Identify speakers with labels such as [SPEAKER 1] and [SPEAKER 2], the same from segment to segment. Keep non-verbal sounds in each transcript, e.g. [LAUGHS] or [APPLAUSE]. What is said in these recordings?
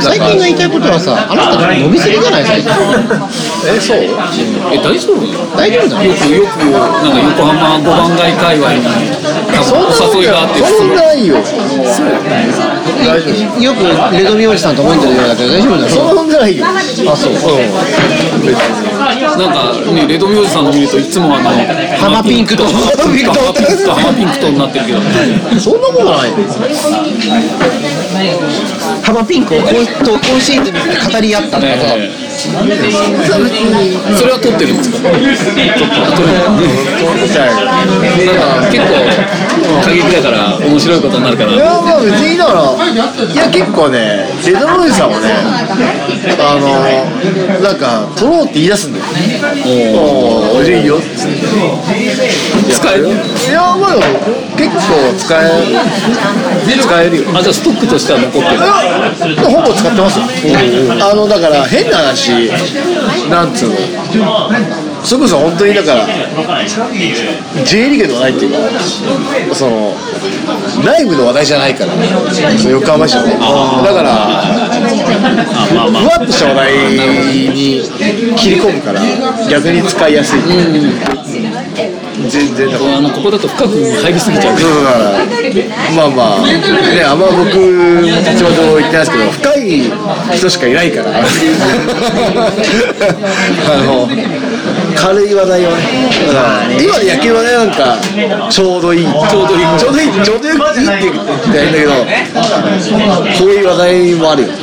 [SPEAKER 1] 最近の言いたいことはさ、あなた飲みすぎじゃない最近。
[SPEAKER 2] えそう
[SPEAKER 3] え大丈夫よ
[SPEAKER 1] 大丈夫じゃない
[SPEAKER 3] くよくなんか横浜五番街界隈に多分お誘いがあって
[SPEAKER 2] そ
[SPEAKER 3] そ
[SPEAKER 2] ん
[SPEAKER 3] の
[SPEAKER 2] ないよ
[SPEAKER 1] 大丈夫よくレドミおじさんと思ってるようだけど大丈夫だよ。
[SPEAKER 2] そんないよあそう
[SPEAKER 3] なんかねレドミおじさんの見るといつもあの
[SPEAKER 1] 浜ピンクと
[SPEAKER 3] 浜ピンクと
[SPEAKER 1] 浜
[SPEAKER 3] 浜
[SPEAKER 1] ピ
[SPEAKER 3] ピ
[SPEAKER 1] ンクと
[SPEAKER 3] ンクと浜ピンクとになってるけど
[SPEAKER 2] そんなことないよ
[SPEAKER 1] 浜ピンクを今と今シーズンに語り合ったとかさ、
[SPEAKER 3] ねそれは撮ってるんですかなんか結構過激だから面白いことになるか
[SPEAKER 2] い
[SPEAKER 3] ら
[SPEAKER 2] やまあ別にだからいや結構ねレドロイさんもねあのなんか取ろうって言い出すんだよおおじいよっつって
[SPEAKER 3] 使え
[SPEAKER 2] い
[SPEAKER 3] る
[SPEAKER 2] やまあ結構使え使えるよ
[SPEAKER 3] あじゃあストックとしては残ってる
[SPEAKER 2] いやほぼ使ってますよあのだから変な話なんつうのそれこそ本当にだから J リーグではないっていうかその内部の話題じゃないからその横浜市はねだからふわっとした話題に切り込むから逆に使いやすい全然だから
[SPEAKER 3] あのここだと深く入りすぎちゃう
[SPEAKER 2] そうだからまあまあねあんま僕ちょうど言ってないですけど深い人しかいないからあの軽い話題をねうん今の野球はねなんかちょうどいいちょうどいいちょうどいいちょうどよくていいって言ってたらいいんだけどこういう話題もあるよ、うん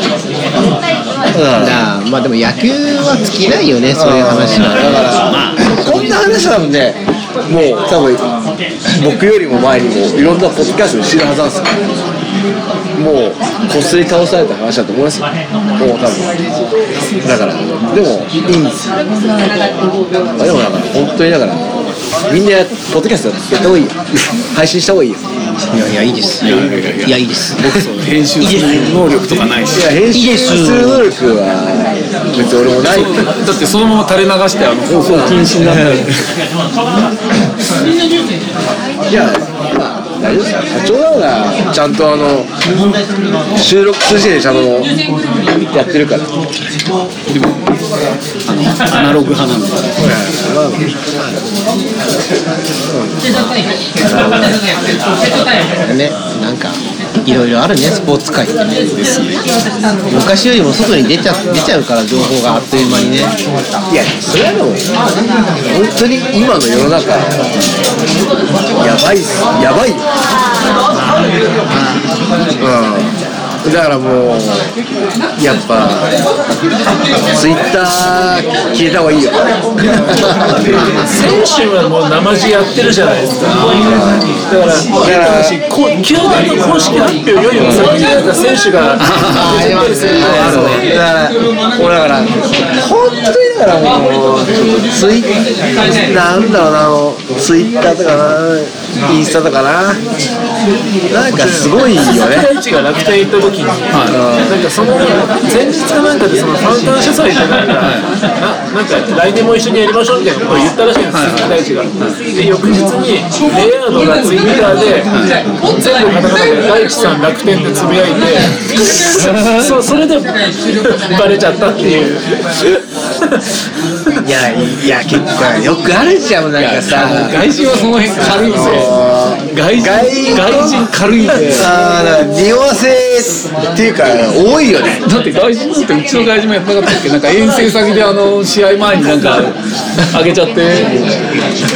[SPEAKER 1] なあまあでも野球は尽きないよねそういう話
[SPEAKER 2] だか
[SPEAKER 1] は
[SPEAKER 2] らこんな話はねもう多分僕よりも前にもいろんなポッドキャストをしてるはずなんですよもうこっそり倒された話だと思いますよもう多分だからでもいいんですよでもだから本当にだからみんなポッドキャストやった方がいいよ配信した方がいいよ
[SPEAKER 1] いやいやいいですいやいやいいです
[SPEAKER 3] 僕そう編集する能力とかないし
[SPEAKER 2] いや編集する能力は別に俺もないけど
[SPEAKER 3] だってそのまま垂れ流してあの放送禁止になったり
[SPEAKER 2] いや、まあ、大丈夫ですよ。社長だから、ちゃんとあの、収録通じてちゃんとやってるから。ま
[SPEAKER 3] アナログ派なんで
[SPEAKER 2] あ
[SPEAKER 1] ねなんかいろいろあるねスポーツ界ってね昔よりも外に出ちゃ出ちゃうから情報があっという間にね
[SPEAKER 2] いや、それはでも、本当に今の世の中、やばいっす、やばいよ。うん。だからもう、やっぱ、ツイッター消えた方がいいよ。
[SPEAKER 4] 選手はもう生地やってるじゃないですか。だから、こ球団の公式発表よりも先になんか選手
[SPEAKER 2] だか
[SPEAKER 4] が
[SPEAKER 2] ら、俺だから、本当にだからもう、ツイなんだろうなあの、ツイッターとかな、インスタとかな、なんかすごいよね。
[SPEAKER 4] 大地が楽天行った時に、なんかその前日かなんかでそのファウンタン主催でなんか、ななんか来年も一緒にやりましょうみたいなことを言ったらしいんです、大地が。で、翌日にレイアードがツイッターで、全部カタカナで大地さん楽天ってつぶやいて、そそれでバレちゃったっていう。
[SPEAKER 1] いやいや結構よくあるじゃんなんかさ
[SPEAKER 3] 外人はその辺軽いぜ外人外人軽いぜ
[SPEAKER 2] あーだから匂わせっていうか、多いよね。
[SPEAKER 3] だって外人なんてうちの外人もやってなかったっけなんか遠征先であの試合前になんかあげちゃって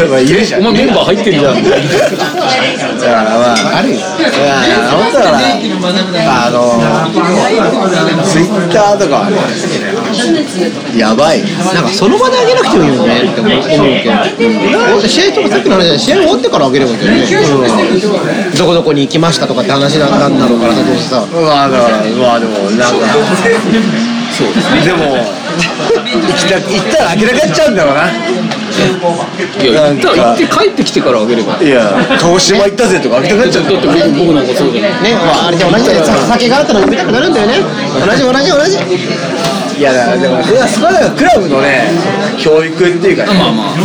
[SPEAKER 2] まあ、いるじゃ
[SPEAKER 3] お
[SPEAKER 2] ん。だか
[SPEAKER 3] 前メンバー入ってんじゃ
[SPEAKER 2] ら
[SPEAKER 3] ん
[SPEAKER 2] まあ、あるよ。まあ、本当だから、あの、ツイッターとかはね、やばい。
[SPEAKER 1] なんかその場であげなくてもいいよねって思うけど試合とかさっきの話で試合終わってからあげればいいんだよね、どこどこに行きましたとかって話ななんだろうからさどうせさ
[SPEAKER 2] まあ、だから、まあでも、なんか、そうですね。でも、行きた行ったら明らかになっちゃうんだろうな。
[SPEAKER 3] いや行った行って帰ってきてからあげればだって
[SPEAKER 2] いや、鹿児島行ったぜとか、明らかになっちゃうんだよ。
[SPEAKER 3] 僕僕なんかそうじゃない
[SPEAKER 1] ねまあ、あれじゃ同じだよさ酒があったら飲みたくなるんだよね同じ同じ同じ
[SPEAKER 2] いや、だから、でも、それは、それはだからクラブのね、教育っていうかね、
[SPEAKER 3] まあまあ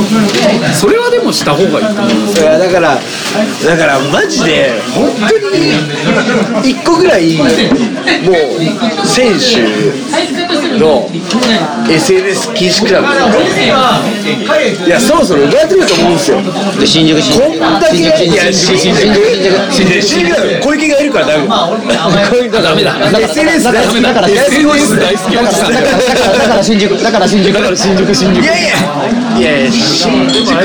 [SPEAKER 3] それはでももした方がいいと思う。
[SPEAKER 2] いやだからだからマジで本当に一個ぐらいもう選手の SNS 禁止クラブいやそろそろ奪われてくると思うんですよ
[SPEAKER 1] で新宿新
[SPEAKER 2] こんだけいや
[SPEAKER 1] 新宿新宿新宿
[SPEAKER 2] 新宿
[SPEAKER 1] 新宿
[SPEAKER 2] 新宿だよ小池がいるからダメだ小池がダメだ SNS 大好き
[SPEAKER 1] だから
[SPEAKER 3] SNS 大好きおじさん。
[SPEAKER 1] だから新宿だから新宿だから新宿新宿
[SPEAKER 2] いやいやいやいや新宿が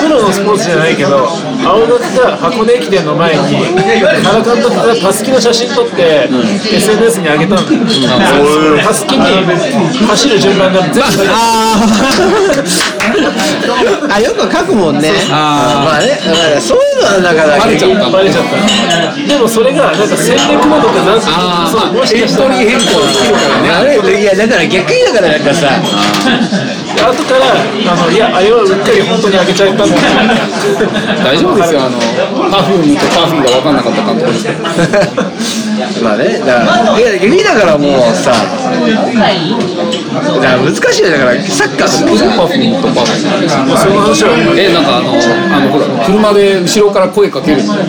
[SPEAKER 4] プロのスポーツじゃないけど、青学が箱根駅伝の前に、原監督がたすきの写真撮って、SNS に上げたの、たすきに走る順番が全
[SPEAKER 3] [LAUGHS]
[SPEAKER 4] 部書いてあ
[SPEAKER 1] あよく書くもんね
[SPEAKER 2] まあねだからそういうのはなかなか
[SPEAKER 3] バレちゃった
[SPEAKER 4] るバレちゃった、でもそれがなんか戦略もとか、なんか
[SPEAKER 3] あ
[SPEAKER 4] そうも
[SPEAKER 3] あ、
[SPEAKER 4] し
[SPEAKER 3] エ
[SPEAKER 4] か
[SPEAKER 3] ン
[SPEAKER 4] した
[SPEAKER 3] ト
[SPEAKER 4] ら
[SPEAKER 3] リー変更
[SPEAKER 2] あれいやだから逆にだからなんかさ
[SPEAKER 4] 後からあの、いや、あれはうっかり本当に上げちゃったんだ
[SPEAKER 3] 大丈夫ですよ、あの、パフュームとパフュームが分かんなかった監督ですけど。
[SPEAKER 2] まあね、だから、いや、逆にだからもうさ、だから難しいよ、だから、サッカーとか、
[SPEAKER 3] パフュームとパフューム。
[SPEAKER 4] その話は
[SPEAKER 3] え、なんかあの、あの、ほら、車で後ろから声かける。走って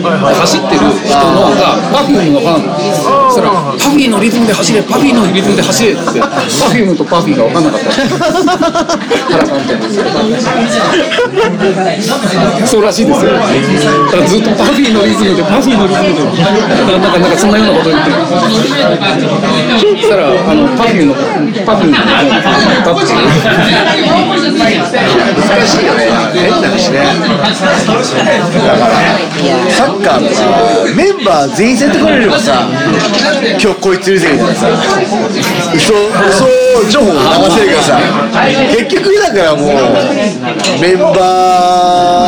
[SPEAKER 3] る人のが、パフュームのファンなんです。そしたら、パフィーのリズムで走れ、パフィーのリズムで走れって言って、パフュームとパフィーが分かんなかった。原監督。そうらしいですよ。だからずっとパフィーのリズムで、パフィーのリズムで、なんか、なんかそんなようなこと言ってる。そしたら、あの、パフュームの、パフュームのファンがタッチで。
[SPEAKER 2] 難しいよね、変な話ね。だから、サッカーってさ、メンバー全員選んでこれればさ、今日こいついるぜみたいなさ、嘘、嘘情報を流せるからさ、結局だからもう、メンバ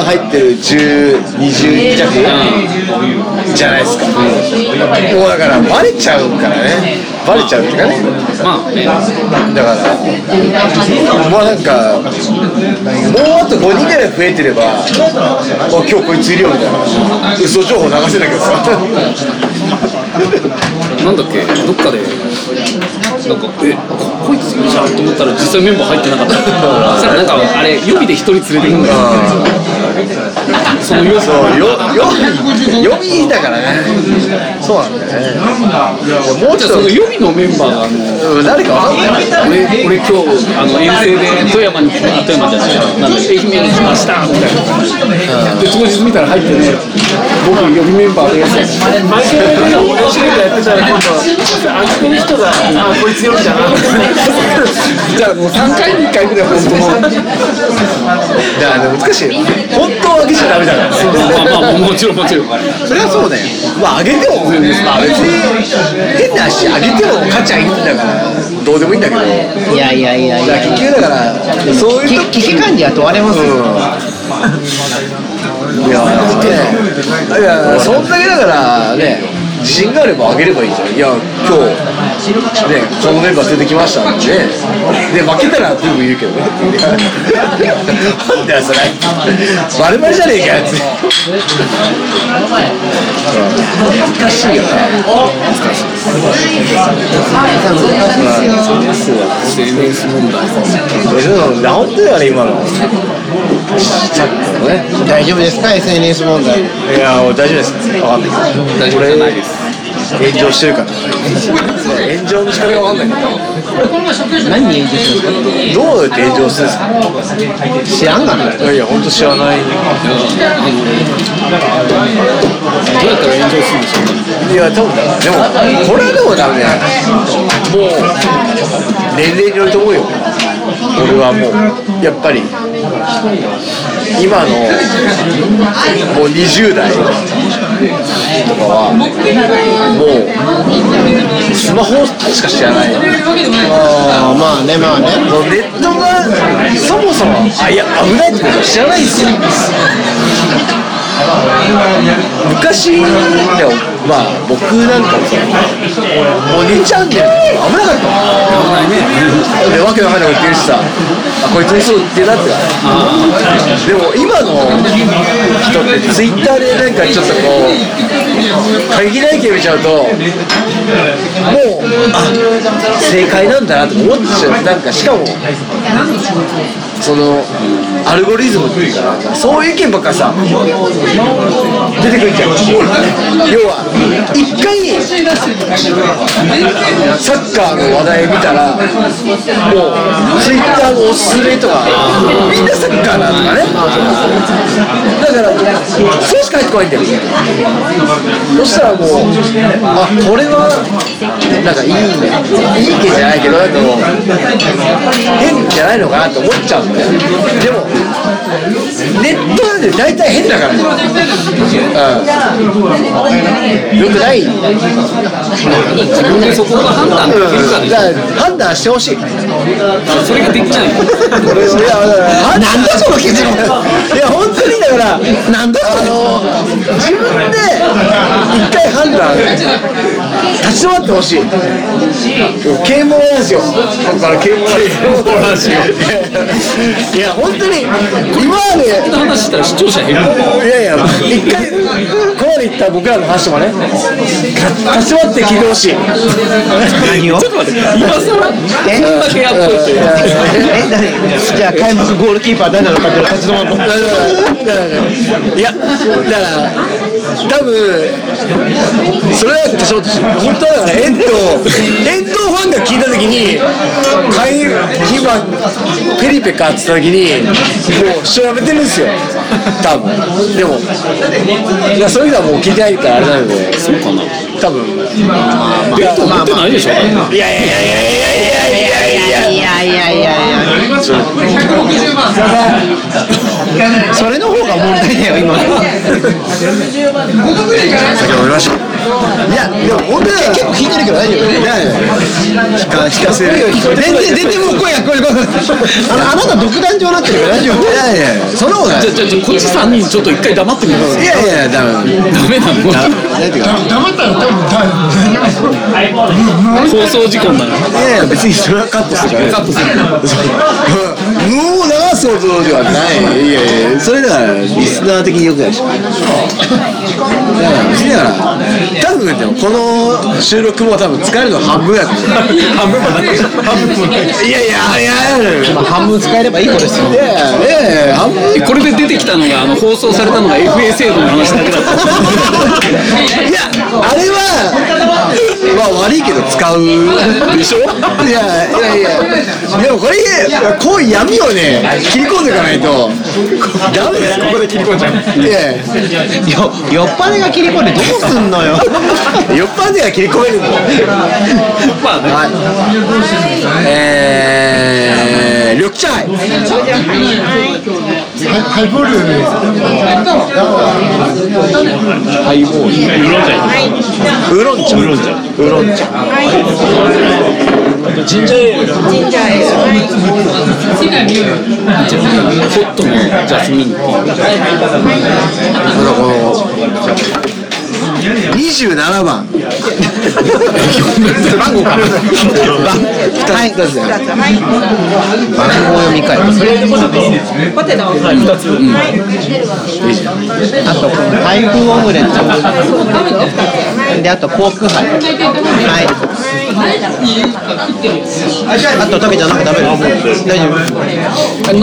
[SPEAKER 2] ー入ってる10、20弱じゃないですか。もうだから、バレちゃうからね、バレちゃうっていうかね。
[SPEAKER 3] まあね、
[SPEAKER 2] だから、まあなんか、もうあと5人ぐらい増えてれば、あ今日こいついるよみたいな、嘘情報流せないけどさ、
[SPEAKER 3] なんだっけ、どっかで、なんか、え、こいついるじゃんと思ったら、実際メンバー入って [LAUGHS] なかった。そしたら、なんか、あれ、予備で一人連れてくんだよ。その予
[SPEAKER 2] そ
[SPEAKER 3] 備
[SPEAKER 2] う、よ、よ、予備だからね、そうなんだよね、もうち
[SPEAKER 3] じゃあそ
[SPEAKER 2] ょっ
[SPEAKER 3] の予備のメンバーが、あの、
[SPEAKER 2] と、誰かわかんない。
[SPEAKER 3] 俺、俺今日、あの、遠征で富山に、あ富山じゃない、なんだ、愛媛に来ました、みたいな。で、当日見たら入ってね、僕予備メンバーです。
[SPEAKER 4] 毎回同じことやってたら、今度、あそこの人が、あ、こいつよりだな
[SPEAKER 3] じゃあもう3回に1回ぐらい、本当もう。
[SPEAKER 2] だからね難しいよ。本当は上げちゃダメだからね。
[SPEAKER 3] まあまあ、もちろんもちろん。
[SPEAKER 2] それはそうだよ。まあ上げても、まあ別に変な足上げても勝ちゃいいんだから、どうでもいいんだけど。だ
[SPEAKER 1] いやいやいやい
[SPEAKER 2] から結局だから、そういう
[SPEAKER 1] き危機管理は問われますよ
[SPEAKER 2] いやーねいやそんだけだからね自信があれば上げればいいじゃんいや今日ねこのメンバー出てきましたんでねで負けたら全部言うけどねなんだよそれバレバレじゃねえかやつ難しいよね難しいですそうですよ SNS 問題本当だよね今のサッカーのね
[SPEAKER 1] 大丈夫ですか SNS 問題
[SPEAKER 2] いやもう大丈夫ですわかんない大丈夫じゃないです炎上してるから炎上の仕方がわかんない
[SPEAKER 1] 何に影響してるんで
[SPEAKER 2] どうやって炎上するんですか
[SPEAKER 1] すか知らんがない
[SPEAKER 2] やいや本当知らない
[SPEAKER 3] どうやったら炎上するんでしょう
[SPEAKER 2] いや多分だでもこれはでもダメだよもう年齢によると思うよ俺はもうやっぱり今のもう20代とかはもうスマホしか知らない
[SPEAKER 1] ああまあねまあね
[SPEAKER 2] もうネットがそもそもあいや危ないってことを知らないんですよ昔でもまあ僕なんかもさもう2チャンネルとか危なかったもん
[SPEAKER 3] 危ないね。
[SPEAKER 2] でわけわかんないこと言ってるしさあこいつにそう言ってるなってでも今の人ってツイッターでなんかちょっとこう限られて見ちゃうともうあ正解なんだなって思っちゃうなんかしかもそのアルゴリズムっていうかなそういう意見ばっかさ出てくるじゃん要は一回サッカーの話題見たらもうツイッターのおすすめとかみんなサッカーなんとかねだからそうしか入ってこないんだよそしたらもうあこれはなんかいいいい意見じゃないけどなんかもう変じゃないのかなと思っちゃうんだよでもネットなんて大体変だからねうんよくない
[SPEAKER 3] 自分でそこが判断できるかでし
[SPEAKER 2] だから判断してほしい。
[SPEAKER 3] ょ。それができない。
[SPEAKER 2] 俺いやだから判断
[SPEAKER 1] なんだその結論
[SPEAKER 2] いや本当にだから
[SPEAKER 1] なんだ
[SPEAKER 2] あの自分で一回判断立ち止まってほしい。啓蒙なんですよ。ここから啓蒙なんですよ。いや本当に今まで
[SPEAKER 3] こんな話したら視聴者減る。
[SPEAKER 2] いやいや、一回、ここまでいった僕らの話とかね、か立ち回って聞いてほしい。
[SPEAKER 1] 何を
[SPEAKER 3] ちょっと待って、今更、こんだけやっといて。
[SPEAKER 1] え何じゃあ開幕ゴールキーパー誰なのかって立ち止まっ
[SPEAKER 2] だからいや、だから、多分それだってちょっと、本当はだから、遠藤、遠藤ファンが聞いたときに、カイ今、ペリペかって言ったときに、もう調べてるんですよ、多分でも、いやそういうのはもう聞いてないから、あれなので、
[SPEAKER 3] そうかな。
[SPEAKER 2] 多分
[SPEAKER 3] ベッド持ってないでしょ。
[SPEAKER 2] いやいやいやいやいやいやいやいや。
[SPEAKER 1] いやいやいやいやそれの方が問題だよ今
[SPEAKER 2] いや、でも本当だ結構聞いてるけど大丈夫いやいや聞か聞かせる
[SPEAKER 1] 全然全然もう声が聞こえるあのあなた独壇場になってるから大丈夫
[SPEAKER 2] いやいやいやそんなことない
[SPEAKER 3] じゃあ、じゃあ、じゃあ、こっち三人、ちょっと一回黙ってみよう。
[SPEAKER 2] いやいやいやだめ
[SPEAKER 3] ダメなの。
[SPEAKER 2] なんていうか
[SPEAKER 5] 黙ったら多分
[SPEAKER 3] 放送事故になる。
[SPEAKER 2] いやいや別にそれはカットするから
[SPEAKER 3] カットする。
[SPEAKER 2] 無音を流すことではないいやいやそれだからリスナー的によくないでしょだから別にだから多分でもこの収録も多分使えるの半分やと思う
[SPEAKER 3] 半分もなく。
[SPEAKER 2] いやいやいやいやいや
[SPEAKER 1] まあ半分使えればいい子ですよ
[SPEAKER 2] いやいや半分
[SPEAKER 3] これで出てきたのが、あの放送されたのが FA 制度の話だけだった。
[SPEAKER 2] いや、あれは、まあ悪いけど使うでしょいやいやいや、でもこれ、こういう闇をね、切り込んでいかないと、ダメです、ここで切り込んじゃう。いやい
[SPEAKER 1] よ酔っ払いが切り込んでどうすんのよ
[SPEAKER 2] や、酔っ払っては切り込めるんだ。
[SPEAKER 3] まあね。
[SPEAKER 2] はい。えー、緑茶杯。
[SPEAKER 5] ハイボールより
[SPEAKER 2] ウーロン茶。ウーロン茶。ウーロン茶。
[SPEAKER 3] ホットのジャスミンティー。
[SPEAKER 1] [LAUGHS]
[SPEAKER 2] 27番。番号か。はい、どうぞ。
[SPEAKER 1] 番号読み替えそれあとこの台風オムレットであとポークハイはいあと溶けちゃんなんか食べる大丈夫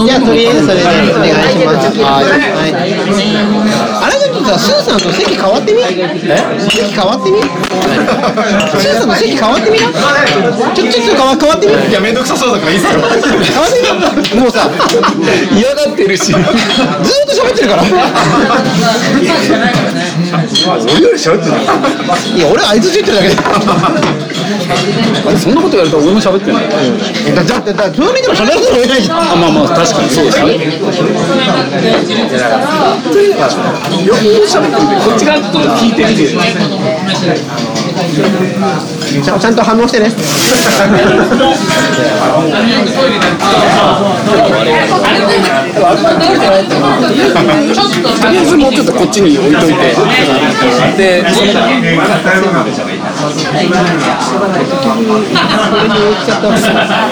[SPEAKER 1] じゃあとりあえずそれでお願いしますはいあれだとさスーさんと席変わってみ席変わってみスーさんと席変わってみちょちょっと変わ変わってみ
[SPEAKER 5] いや、めんどくさそうだからいいっすよ。
[SPEAKER 1] 変わってみもうさ
[SPEAKER 3] 嫌がってるし。
[SPEAKER 1] ずーっと喋ってるから
[SPEAKER 2] 俺より喋ってた。
[SPEAKER 1] いや俺はあいつ言ってるだけだ
[SPEAKER 3] そんなこと言われたら、俺も喋ってない。
[SPEAKER 1] えだだってだどう見ても喋らざるを得ないじゃん
[SPEAKER 3] あ、まあまあ、確かにそうですね。こっち側と聞いてみて。
[SPEAKER 1] ちゃんちゃんと反応してね。
[SPEAKER 3] とりあえずもうちょっとこっちに置いといてでその
[SPEAKER 2] 団子団子これこれこれ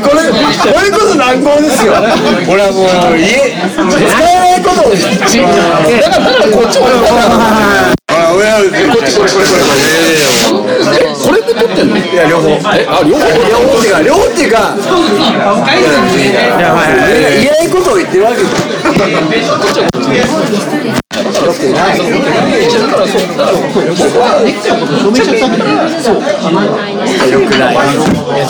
[SPEAKER 2] こそ団子ですよ俺はもう家使えないことを
[SPEAKER 3] ちだからだからこっちも置いたら
[SPEAKER 2] あ俺はこっちこれこれこれこれ
[SPEAKER 3] えこれで撮ってんのいや両方えあ両方
[SPEAKER 2] 両方っていうか両方っていうか言えないことを言ってるわけ
[SPEAKER 5] じ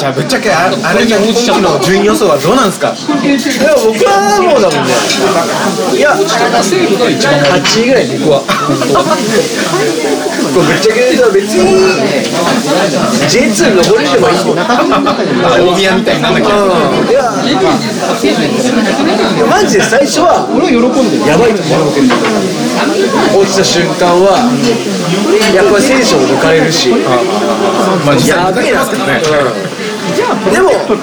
[SPEAKER 5] ゃあぶっちゃけああれが2期の順位予想はどうなんですか
[SPEAKER 2] いや僕はもうだもんねいや8位ぐらいで [LAUGHS] 僕はこれぶっちゃけ言うと別に J2 に残れてもいいんだ
[SPEAKER 5] 大宮みたいになんだっけ
[SPEAKER 2] いやマジで最初は俺は喜んでやばいと思って落ちた瞬間はやっぱり選手を抜かれるしやべえなうんでも今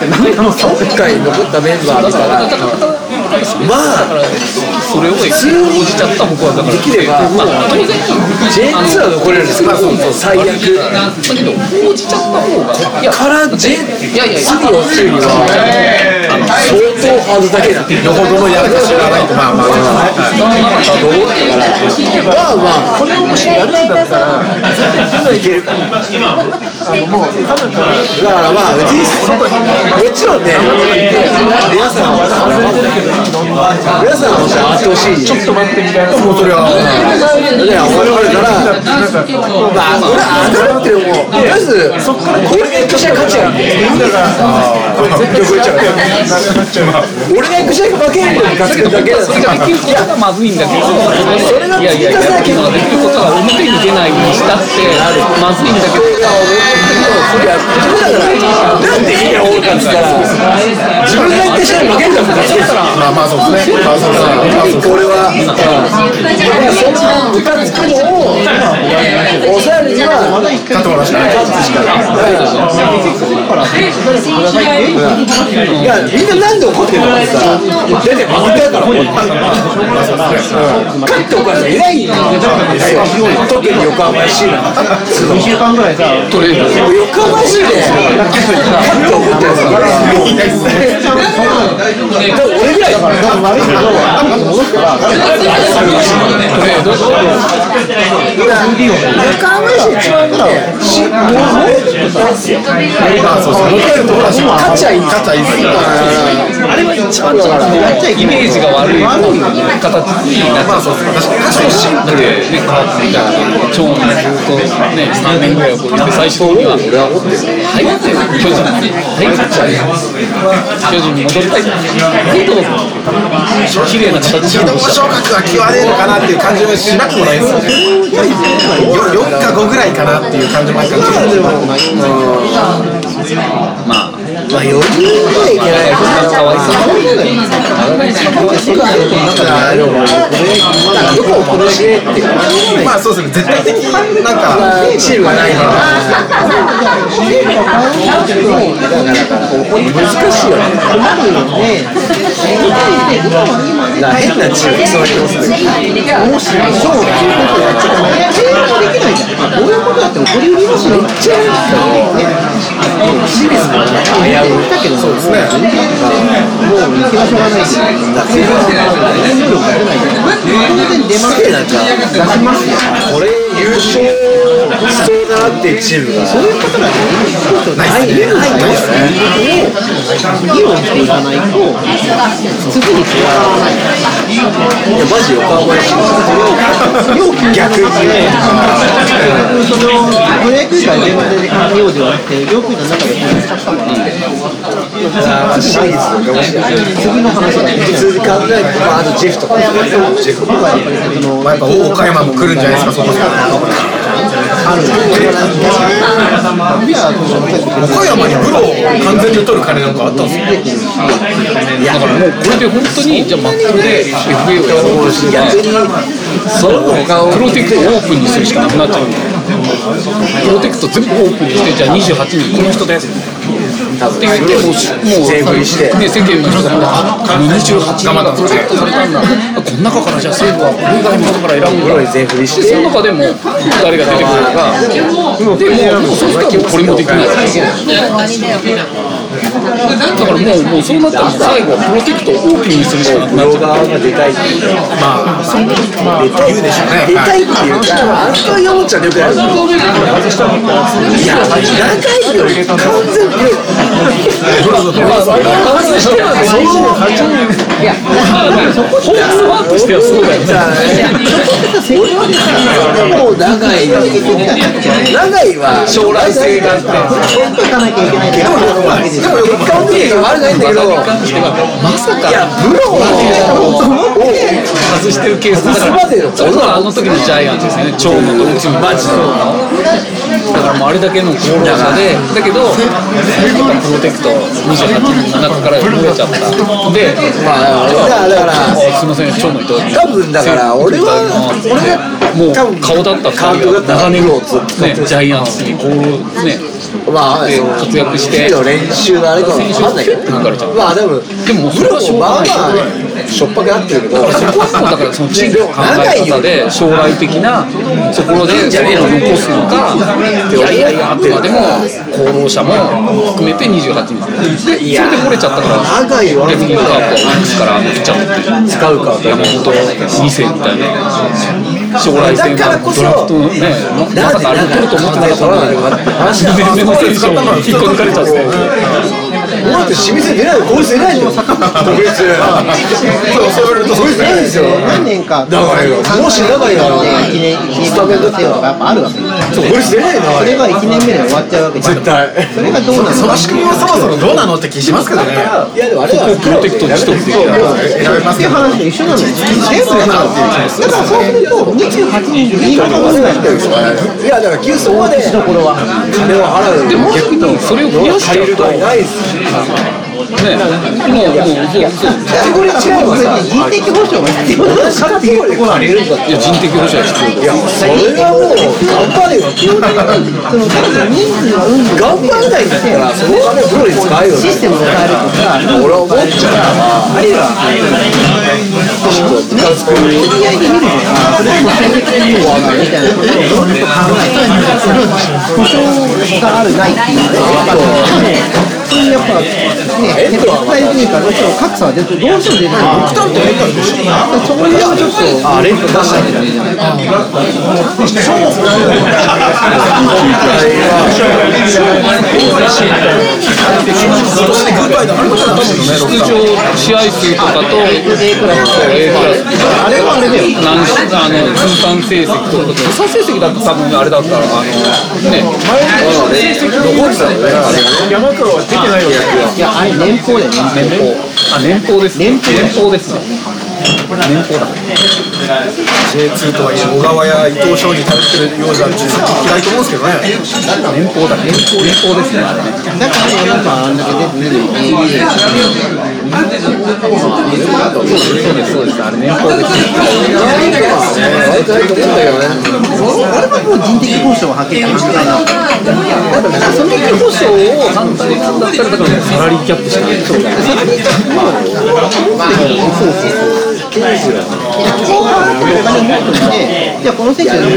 [SPEAKER 2] 回残ったメンバーだからまあ
[SPEAKER 3] それを普通に応じちゃった僕はだから
[SPEAKER 2] できればもう J2 は残れるんですけど最悪
[SPEAKER 3] だけど応じちゃった方がいや
[SPEAKER 2] から J2
[SPEAKER 3] いやいや
[SPEAKER 2] に落ちるには相当ハードルだけだよほどのやるか知らないとまあまあまあまあ
[SPEAKER 4] これをもしやるんだったら
[SPEAKER 2] いけるあのもうだからまあもちろんね皆さんは皆さんはもちろんあってほしいちょっと待ってみたいなもうそれはだから思われたらまあ俺は上がるっていうのもとりあえずこれが一個しか勝ちやん俺が一個しか負けへんのに勝つだけだ
[SPEAKER 3] それができることがまずいんだけどそ
[SPEAKER 2] れが
[SPEAKER 3] いやいやいやできることが表に出ないにしたってまずいんだけど
[SPEAKER 2] いや、だから、なんでいいや、多かったら、自分が言ってしま負けんだもん、そしたら、まあまあ、そうですね、まあ、そうですね、これは、そんなムカつくのを、抑えるには、勝ってもらうしかない、勝つしかない、いや、みんななんで怒ってんのかさ、出て負けたから、勝っておかしい、いないんだよ、特に横浜 FC なんて。よかましいで、勝って怒ってるんですよ、俺ぐらいだから、悪いけど、横浜市一番だよ、しもう勝っちゃいい、勝っちゃいいあれは一番だから、
[SPEAKER 3] イメージが悪い形になっちゃったちょっとシンプルでね変わってきた長男ずっとね3年ぐらいをこうやって最初には俺は思ってはいって巨人にはい勝っちゃう巨人に戻りたいはいどうぞ綺麗な形に戻しちゃ
[SPEAKER 5] 小
[SPEAKER 3] う
[SPEAKER 5] 学は際れるかなっていう感じもしなくもないですよね4日後ぐらいかなっていう感じもあるからちょっと
[SPEAKER 3] まあ
[SPEAKER 2] まあ、余裕はいけない
[SPEAKER 3] かわいそう
[SPEAKER 2] だから、どこを殺してっていう
[SPEAKER 5] まあそうですね絶対的になんか
[SPEAKER 2] チームがないから、難しいよね。変なチーム、そういうのなんか、これ優勝しそうだなっていうチームが、そういうことなんないね。ないですね。いや、マジ横浜市。逆にね。
[SPEAKER 1] そのブレイク以外全然用事はなくて、領空の中でこう使ったのに、
[SPEAKER 2] シリーズとかもしれない。次の話だね。普通に考えて、まあ、あとジェフとか。ジェフ
[SPEAKER 1] 僕はやっぱりその、
[SPEAKER 5] まあやっぱ岡山も来るんじゃないですかそこに
[SPEAKER 1] あるんですよ。
[SPEAKER 5] 岡山にプロを完全に取る金なんかあったんですか
[SPEAKER 3] だからもうこれで本当にじゃあマックで FA をやろうとして
[SPEAKER 2] 逆に、その他を
[SPEAKER 3] プロテクトをオープンにするしかなくなっちゃうプロテクト全部オープンにして、じゃあ28人、この人ですって言って、もう、もう、ね、世間の人が、あの28がまだプロテクトされたんだ、この中からじゃあ政府は、これ外の人から選ぶから、で、その中でも、誰が出てくるか、でも、もうそしたらもうこれもできない。だからもう、もうそうなったら、最後はプロテクトをオープンにするしかなくなっちゃう。
[SPEAKER 2] 出たいっていうか、あんまり思っちゃうよくない。いや、何回言うよ、完全に。
[SPEAKER 3] ホームワークとしてはそうだよね。
[SPEAKER 2] でも長い、長いは将来性があって、でもよくない、でもよく考えても悪くないんだけど、いや、ブローを
[SPEAKER 3] 外してるケースだから、それはあの時のジャイアンツですよね、長野と内海、マジだからもうあれだけの功労者で、だけど、プロテクト28人の中から増えちゃった、で、
[SPEAKER 2] まあだからだから
[SPEAKER 3] すみません、長野いただきます
[SPEAKER 2] 多分だから俺は
[SPEAKER 3] 俺がもう顔だった2人が長年ね、ジャイアンツにこうね、
[SPEAKER 2] まあ、
[SPEAKER 3] で
[SPEAKER 2] その
[SPEAKER 3] 活躍して
[SPEAKER 2] 日々の練習のあれかも分かんないけど
[SPEAKER 3] 選手、が抜かれちゃう
[SPEAKER 2] まあでも、
[SPEAKER 3] でもそれはしょう
[SPEAKER 2] ま
[SPEAKER 3] が
[SPEAKER 2] あま
[SPEAKER 3] ない。
[SPEAKER 2] あ、しょっぱくなってるけど、
[SPEAKER 3] そこはもうだからそのチームの考え方で将来的なところでそれを残すのかいやいやいやあくまでも功労者も含めて28人でそれで漏れちゃったからレフティーカープはオリックスから抜っちゃって使うか山本2世みたいな将来性があるドラフトのねまさかあれを取ると思ってなかったのに全然の選手を引っこ抜かれちゃって。
[SPEAKER 2] 俺だって清水出ない、こいつ出ないよ、こいつ、そうそう言われると、こいつ出ないですよ、
[SPEAKER 1] 何年か
[SPEAKER 2] だからよ、もしだからよ、
[SPEAKER 1] 1年1年目の制度がやっぱあるわけで
[SPEAKER 2] そ
[SPEAKER 1] す
[SPEAKER 2] うこいつ出ないな、
[SPEAKER 1] それが1年目で終わっちゃうわけじゃん
[SPEAKER 2] 絶対。
[SPEAKER 1] それがどうなの
[SPEAKER 5] その仕組みはそもそもどうなのって気しますけどね。
[SPEAKER 2] いや、でもあれは、
[SPEAKER 3] プロテクトにしておくっていう
[SPEAKER 1] っていう話と一緒なんですよ全部だからだからそうすると28人で言い方が悪いんだよ
[SPEAKER 2] いや、だから、急そこまで金を払う
[SPEAKER 3] でも逆にそれを増やしちゃうとね
[SPEAKER 2] ないですよ
[SPEAKER 1] カテゴリー違うわ
[SPEAKER 3] もうもうそうそう
[SPEAKER 1] 人的保障が必要なんですかっていうところなんですよ
[SPEAKER 3] いや人的保障は必要だよ
[SPEAKER 2] それはもう、頑張れよ、
[SPEAKER 1] 基本的にその多分人数はうん
[SPEAKER 2] 頑張らないんだったら、その金、プロに使えよ。
[SPEAKER 1] システムを変えるとか
[SPEAKER 2] 俺は思っちゃうなあるいは
[SPEAKER 1] 試合で見るじゃないですか戦略的にも分かるみたいなことをずっと考えて保証があるないっていうのは分かるそういうやっぱね絶対というかどうしても格差は出てどうしても出てくるそういうのはちょっと
[SPEAKER 2] あレント出したんだよ
[SPEAKER 3] 出場試合数とかと A クラスと A クラスあれはあれだよ何あの通算成績とか通算成績だと多分あれだったらあのね
[SPEAKER 4] 山川は出てないわけ
[SPEAKER 1] いやあれ年俸だよね
[SPEAKER 3] 年俸あ年俸です年俸年俸ですね年俸だ
[SPEAKER 5] J2 とはいえ小川や伊藤翔に頼ってるようじゃ嫌いと思うんですけどね。
[SPEAKER 3] 年俸だ年俸年俸ですねあれね
[SPEAKER 1] だからやっぱあんだけ出てる
[SPEAKER 3] そうですそうですあれ年俸です
[SPEAKER 1] あれはもう人的交渉をはけた考えなの
[SPEAKER 3] その時保証をなんだったらだからサラリーキャップしかないそうだね
[SPEAKER 1] お金を持っておいてじゃあこの選手は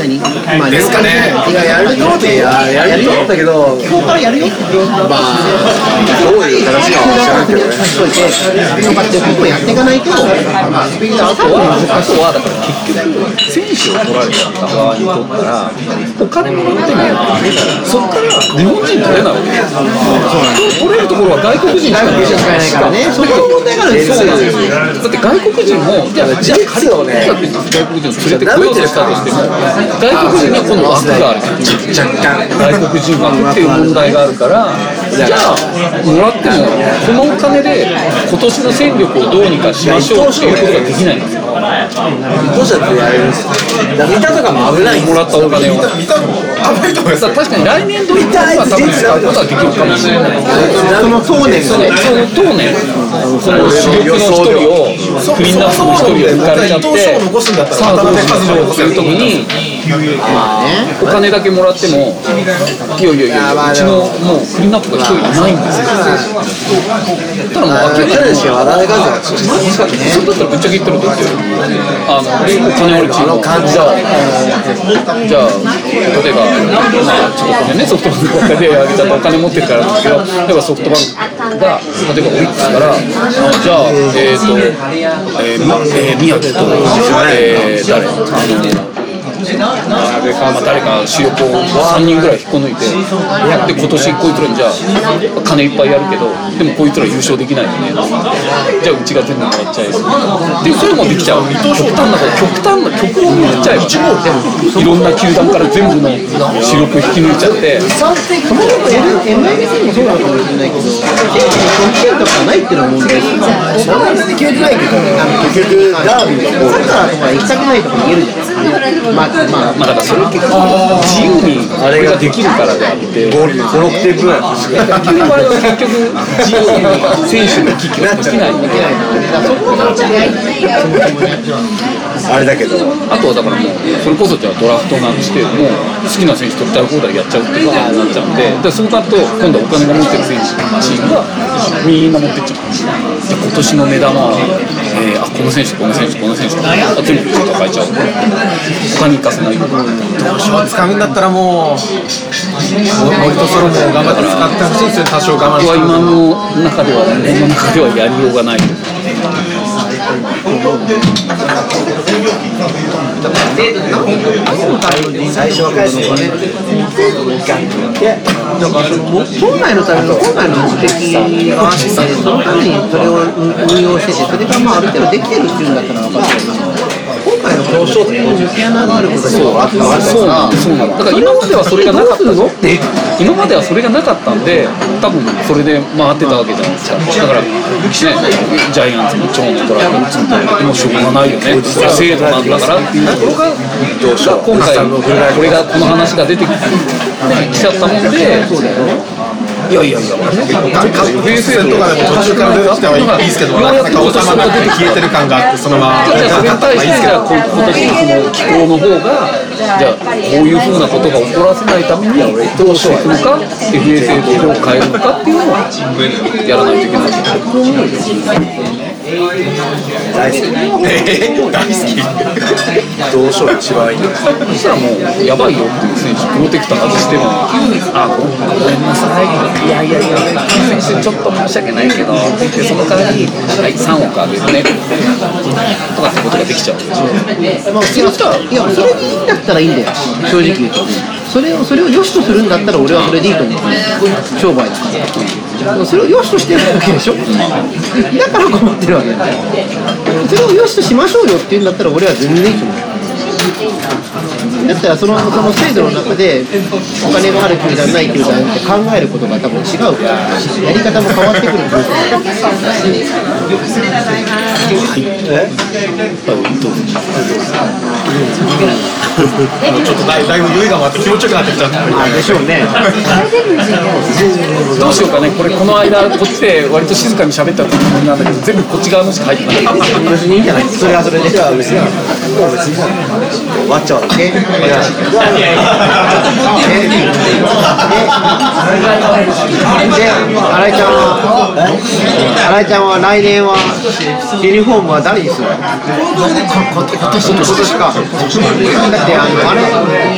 [SPEAKER 1] 何まあですかねやるよってやるよだけど今日からやるよってまあどういう形かは知らないけどねとかってことをやっていかないと
[SPEAKER 3] あとは、あとはだから結局、選手を取られた側にとったら、お金もらっても、そこから日本人取れないわけですよ。取れるところは外国人しかない
[SPEAKER 1] ないからねそこの問題があるんですよ
[SPEAKER 3] そうなんですよだって外国人も、じゃあ、じゃあ仮にね、外国人を連れてこようとしたとしても、外国人には今度枠がある外国人枠っていう問題があるから、じゃあ、もらっても、このお金で今年の戦力をどうにかしましょうっていうことができないんですよ。
[SPEAKER 2] どうしたってやれるんですよだから見たとかも危ない
[SPEAKER 3] もらったお金を。
[SPEAKER 5] 見たの危ないと思います。
[SPEAKER 3] さ確かに来年度以降は多分使うことはできるかもしれな
[SPEAKER 1] そ
[SPEAKER 3] い。
[SPEAKER 1] の当年が
[SPEAKER 3] その当年、その主力の一人をクリーンナップの一人を抜かれちゃってさあどうしましょうっていう時にお金だけもらってもいやいやいやうちのもうクリーンナップが一人いないんですよただもう明らかにそうだったらぶっちゃけ言ってるとですよあのお金あるチームじゃあじゃあ例えばまあちょっとごめんねソフトバンクばっかりであげちゃってお金持ってるからなんだけど例えばソフトバンクが例えばオリックスからあじゃあえっ、と、えーまえー宮城と、えー、誰あのあれか、まあ、誰か主力を3人ぐらい引っこ抜いて、やって今年こいつらにじゃあ、金いっぱいやるけど、でもこいつら優勝できないよね、じゃあうちが全部もらっちゃえば、で、それもできちゃう、極端なこと、極端な曲をもらっちゃえば、いろんな球団から全部の主力を引き抜いちゃって、
[SPEAKER 1] そもそも M- MLB もそうなのかもしれないけど、選手に拒否権とかないっていうのは問題ですよ。そんなに決めてないけど、結局、ダービーサッカーとか行きたくないとか言えるじゃないですか。まあ、まあ、
[SPEAKER 3] まあ、だからそれ結構自由にあれができるからであっ
[SPEAKER 6] 56
[SPEAKER 3] て、
[SPEAKER 6] 点ぐらい
[SPEAKER 3] 野球の場合は結局、自由に選手の危機ができないんで。
[SPEAKER 6] あれだけど
[SPEAKER 3] あとはだからもう、それこそじゃあドラフトなんして、もう好きな選手取りたい放題やっちゃうっていうかなっちゃうんで、でそうなると、今度はお金が持ってる選手、チームがみんな持ってっちゃう。じゃあ今年の目玉は、えーあこの選手、この選手、この選手、あ全部抱えちゃう。他に行かせない。
[SPEAKER 5] 使うんだったらもう、もう一ソロも頑張って使ってほしいですよ、多少
[SPEAKER 3] 僕
[SPEAKER 5] 我慢
[SPEAKER 3] は
[SPEAKER 5] して。
[SPEAKER 3] 今の中では、日本の中ではやりようがない。
[SPEAKER 1] だからもう本来のための本来の目的があってそのためにそれを運用しててそれがまあある程度できてるっていうんだったら分かるけど今回の交渉って抜け穴があることにもあったわけだ
[SPEAKER 3] そう
[SPEAKER 1] から
[SPEAKER 3] なんですそうなんですだから今まではそれがなかったのって今まではそれがなかったんで多分それで回ってたわけじゃないですかだからねジャイアンツも長男ドラゴンズももうしょうがないよねそれは制度なんだからっていうところがが今回これがこの話が出てきちゃったもんでいやいやいや、平成
[SPEAKER 5] とかでも途中から出てきたはいいですけど、なんかお玉が消えてる感があって、そのまま。
[SPEAKER 3] じゃあそれに対してじゃあこう今年の気候の方がじゃあこういうふうなことが起こらせないためにどうしていくのか FA 制度をどう変えるのかっていうのをやらないといけない
[SPEAKER 6] どうしよう一番いい
[SPEAKER 3] そしたらもうやばいよっていう選手プロテクター外してもあごめんなさいいやいやいや選手ちょっと申し訳ないけどって言ってその代わりはい3億あげるねとかってことができちゃう
[SPEAKER 1] まあいやいやそれでいいんだったらいいんだよ正直言うとそれをそれを良しとするんだったら俺はそれでいいと思う商売だからでもそれを良しとしてるわけでしょだから困ってるわけだよそれを良しとしましょうよって言うんだったら俺は全然いいと思うだったらそのその制度の中でお金がある球団ない球団って考えることが多分違うからやり方も変わってくるんですよ
[SPEAKER 5] ちょっとだいだいぶ酔いが回って気持ちよくなってきちゃった。
[SPEAKER 1] でしょうね
[SPEAKER 3] どうしようかね、これこの間、こっちで割と静かに喋ったつもりなんだけど、全部こっち側のしか入ってなかった。
[SPEAKER 1] 別にいいんじゃないそれはそれでじゃあ別に
[SPEAKER 6] 終わっちゃう
[SPEAKER 1] で、新井ちゃんは、新井ちゃんは来年は、ユニフォームは誰にするの今年か。だって、あの、あれ、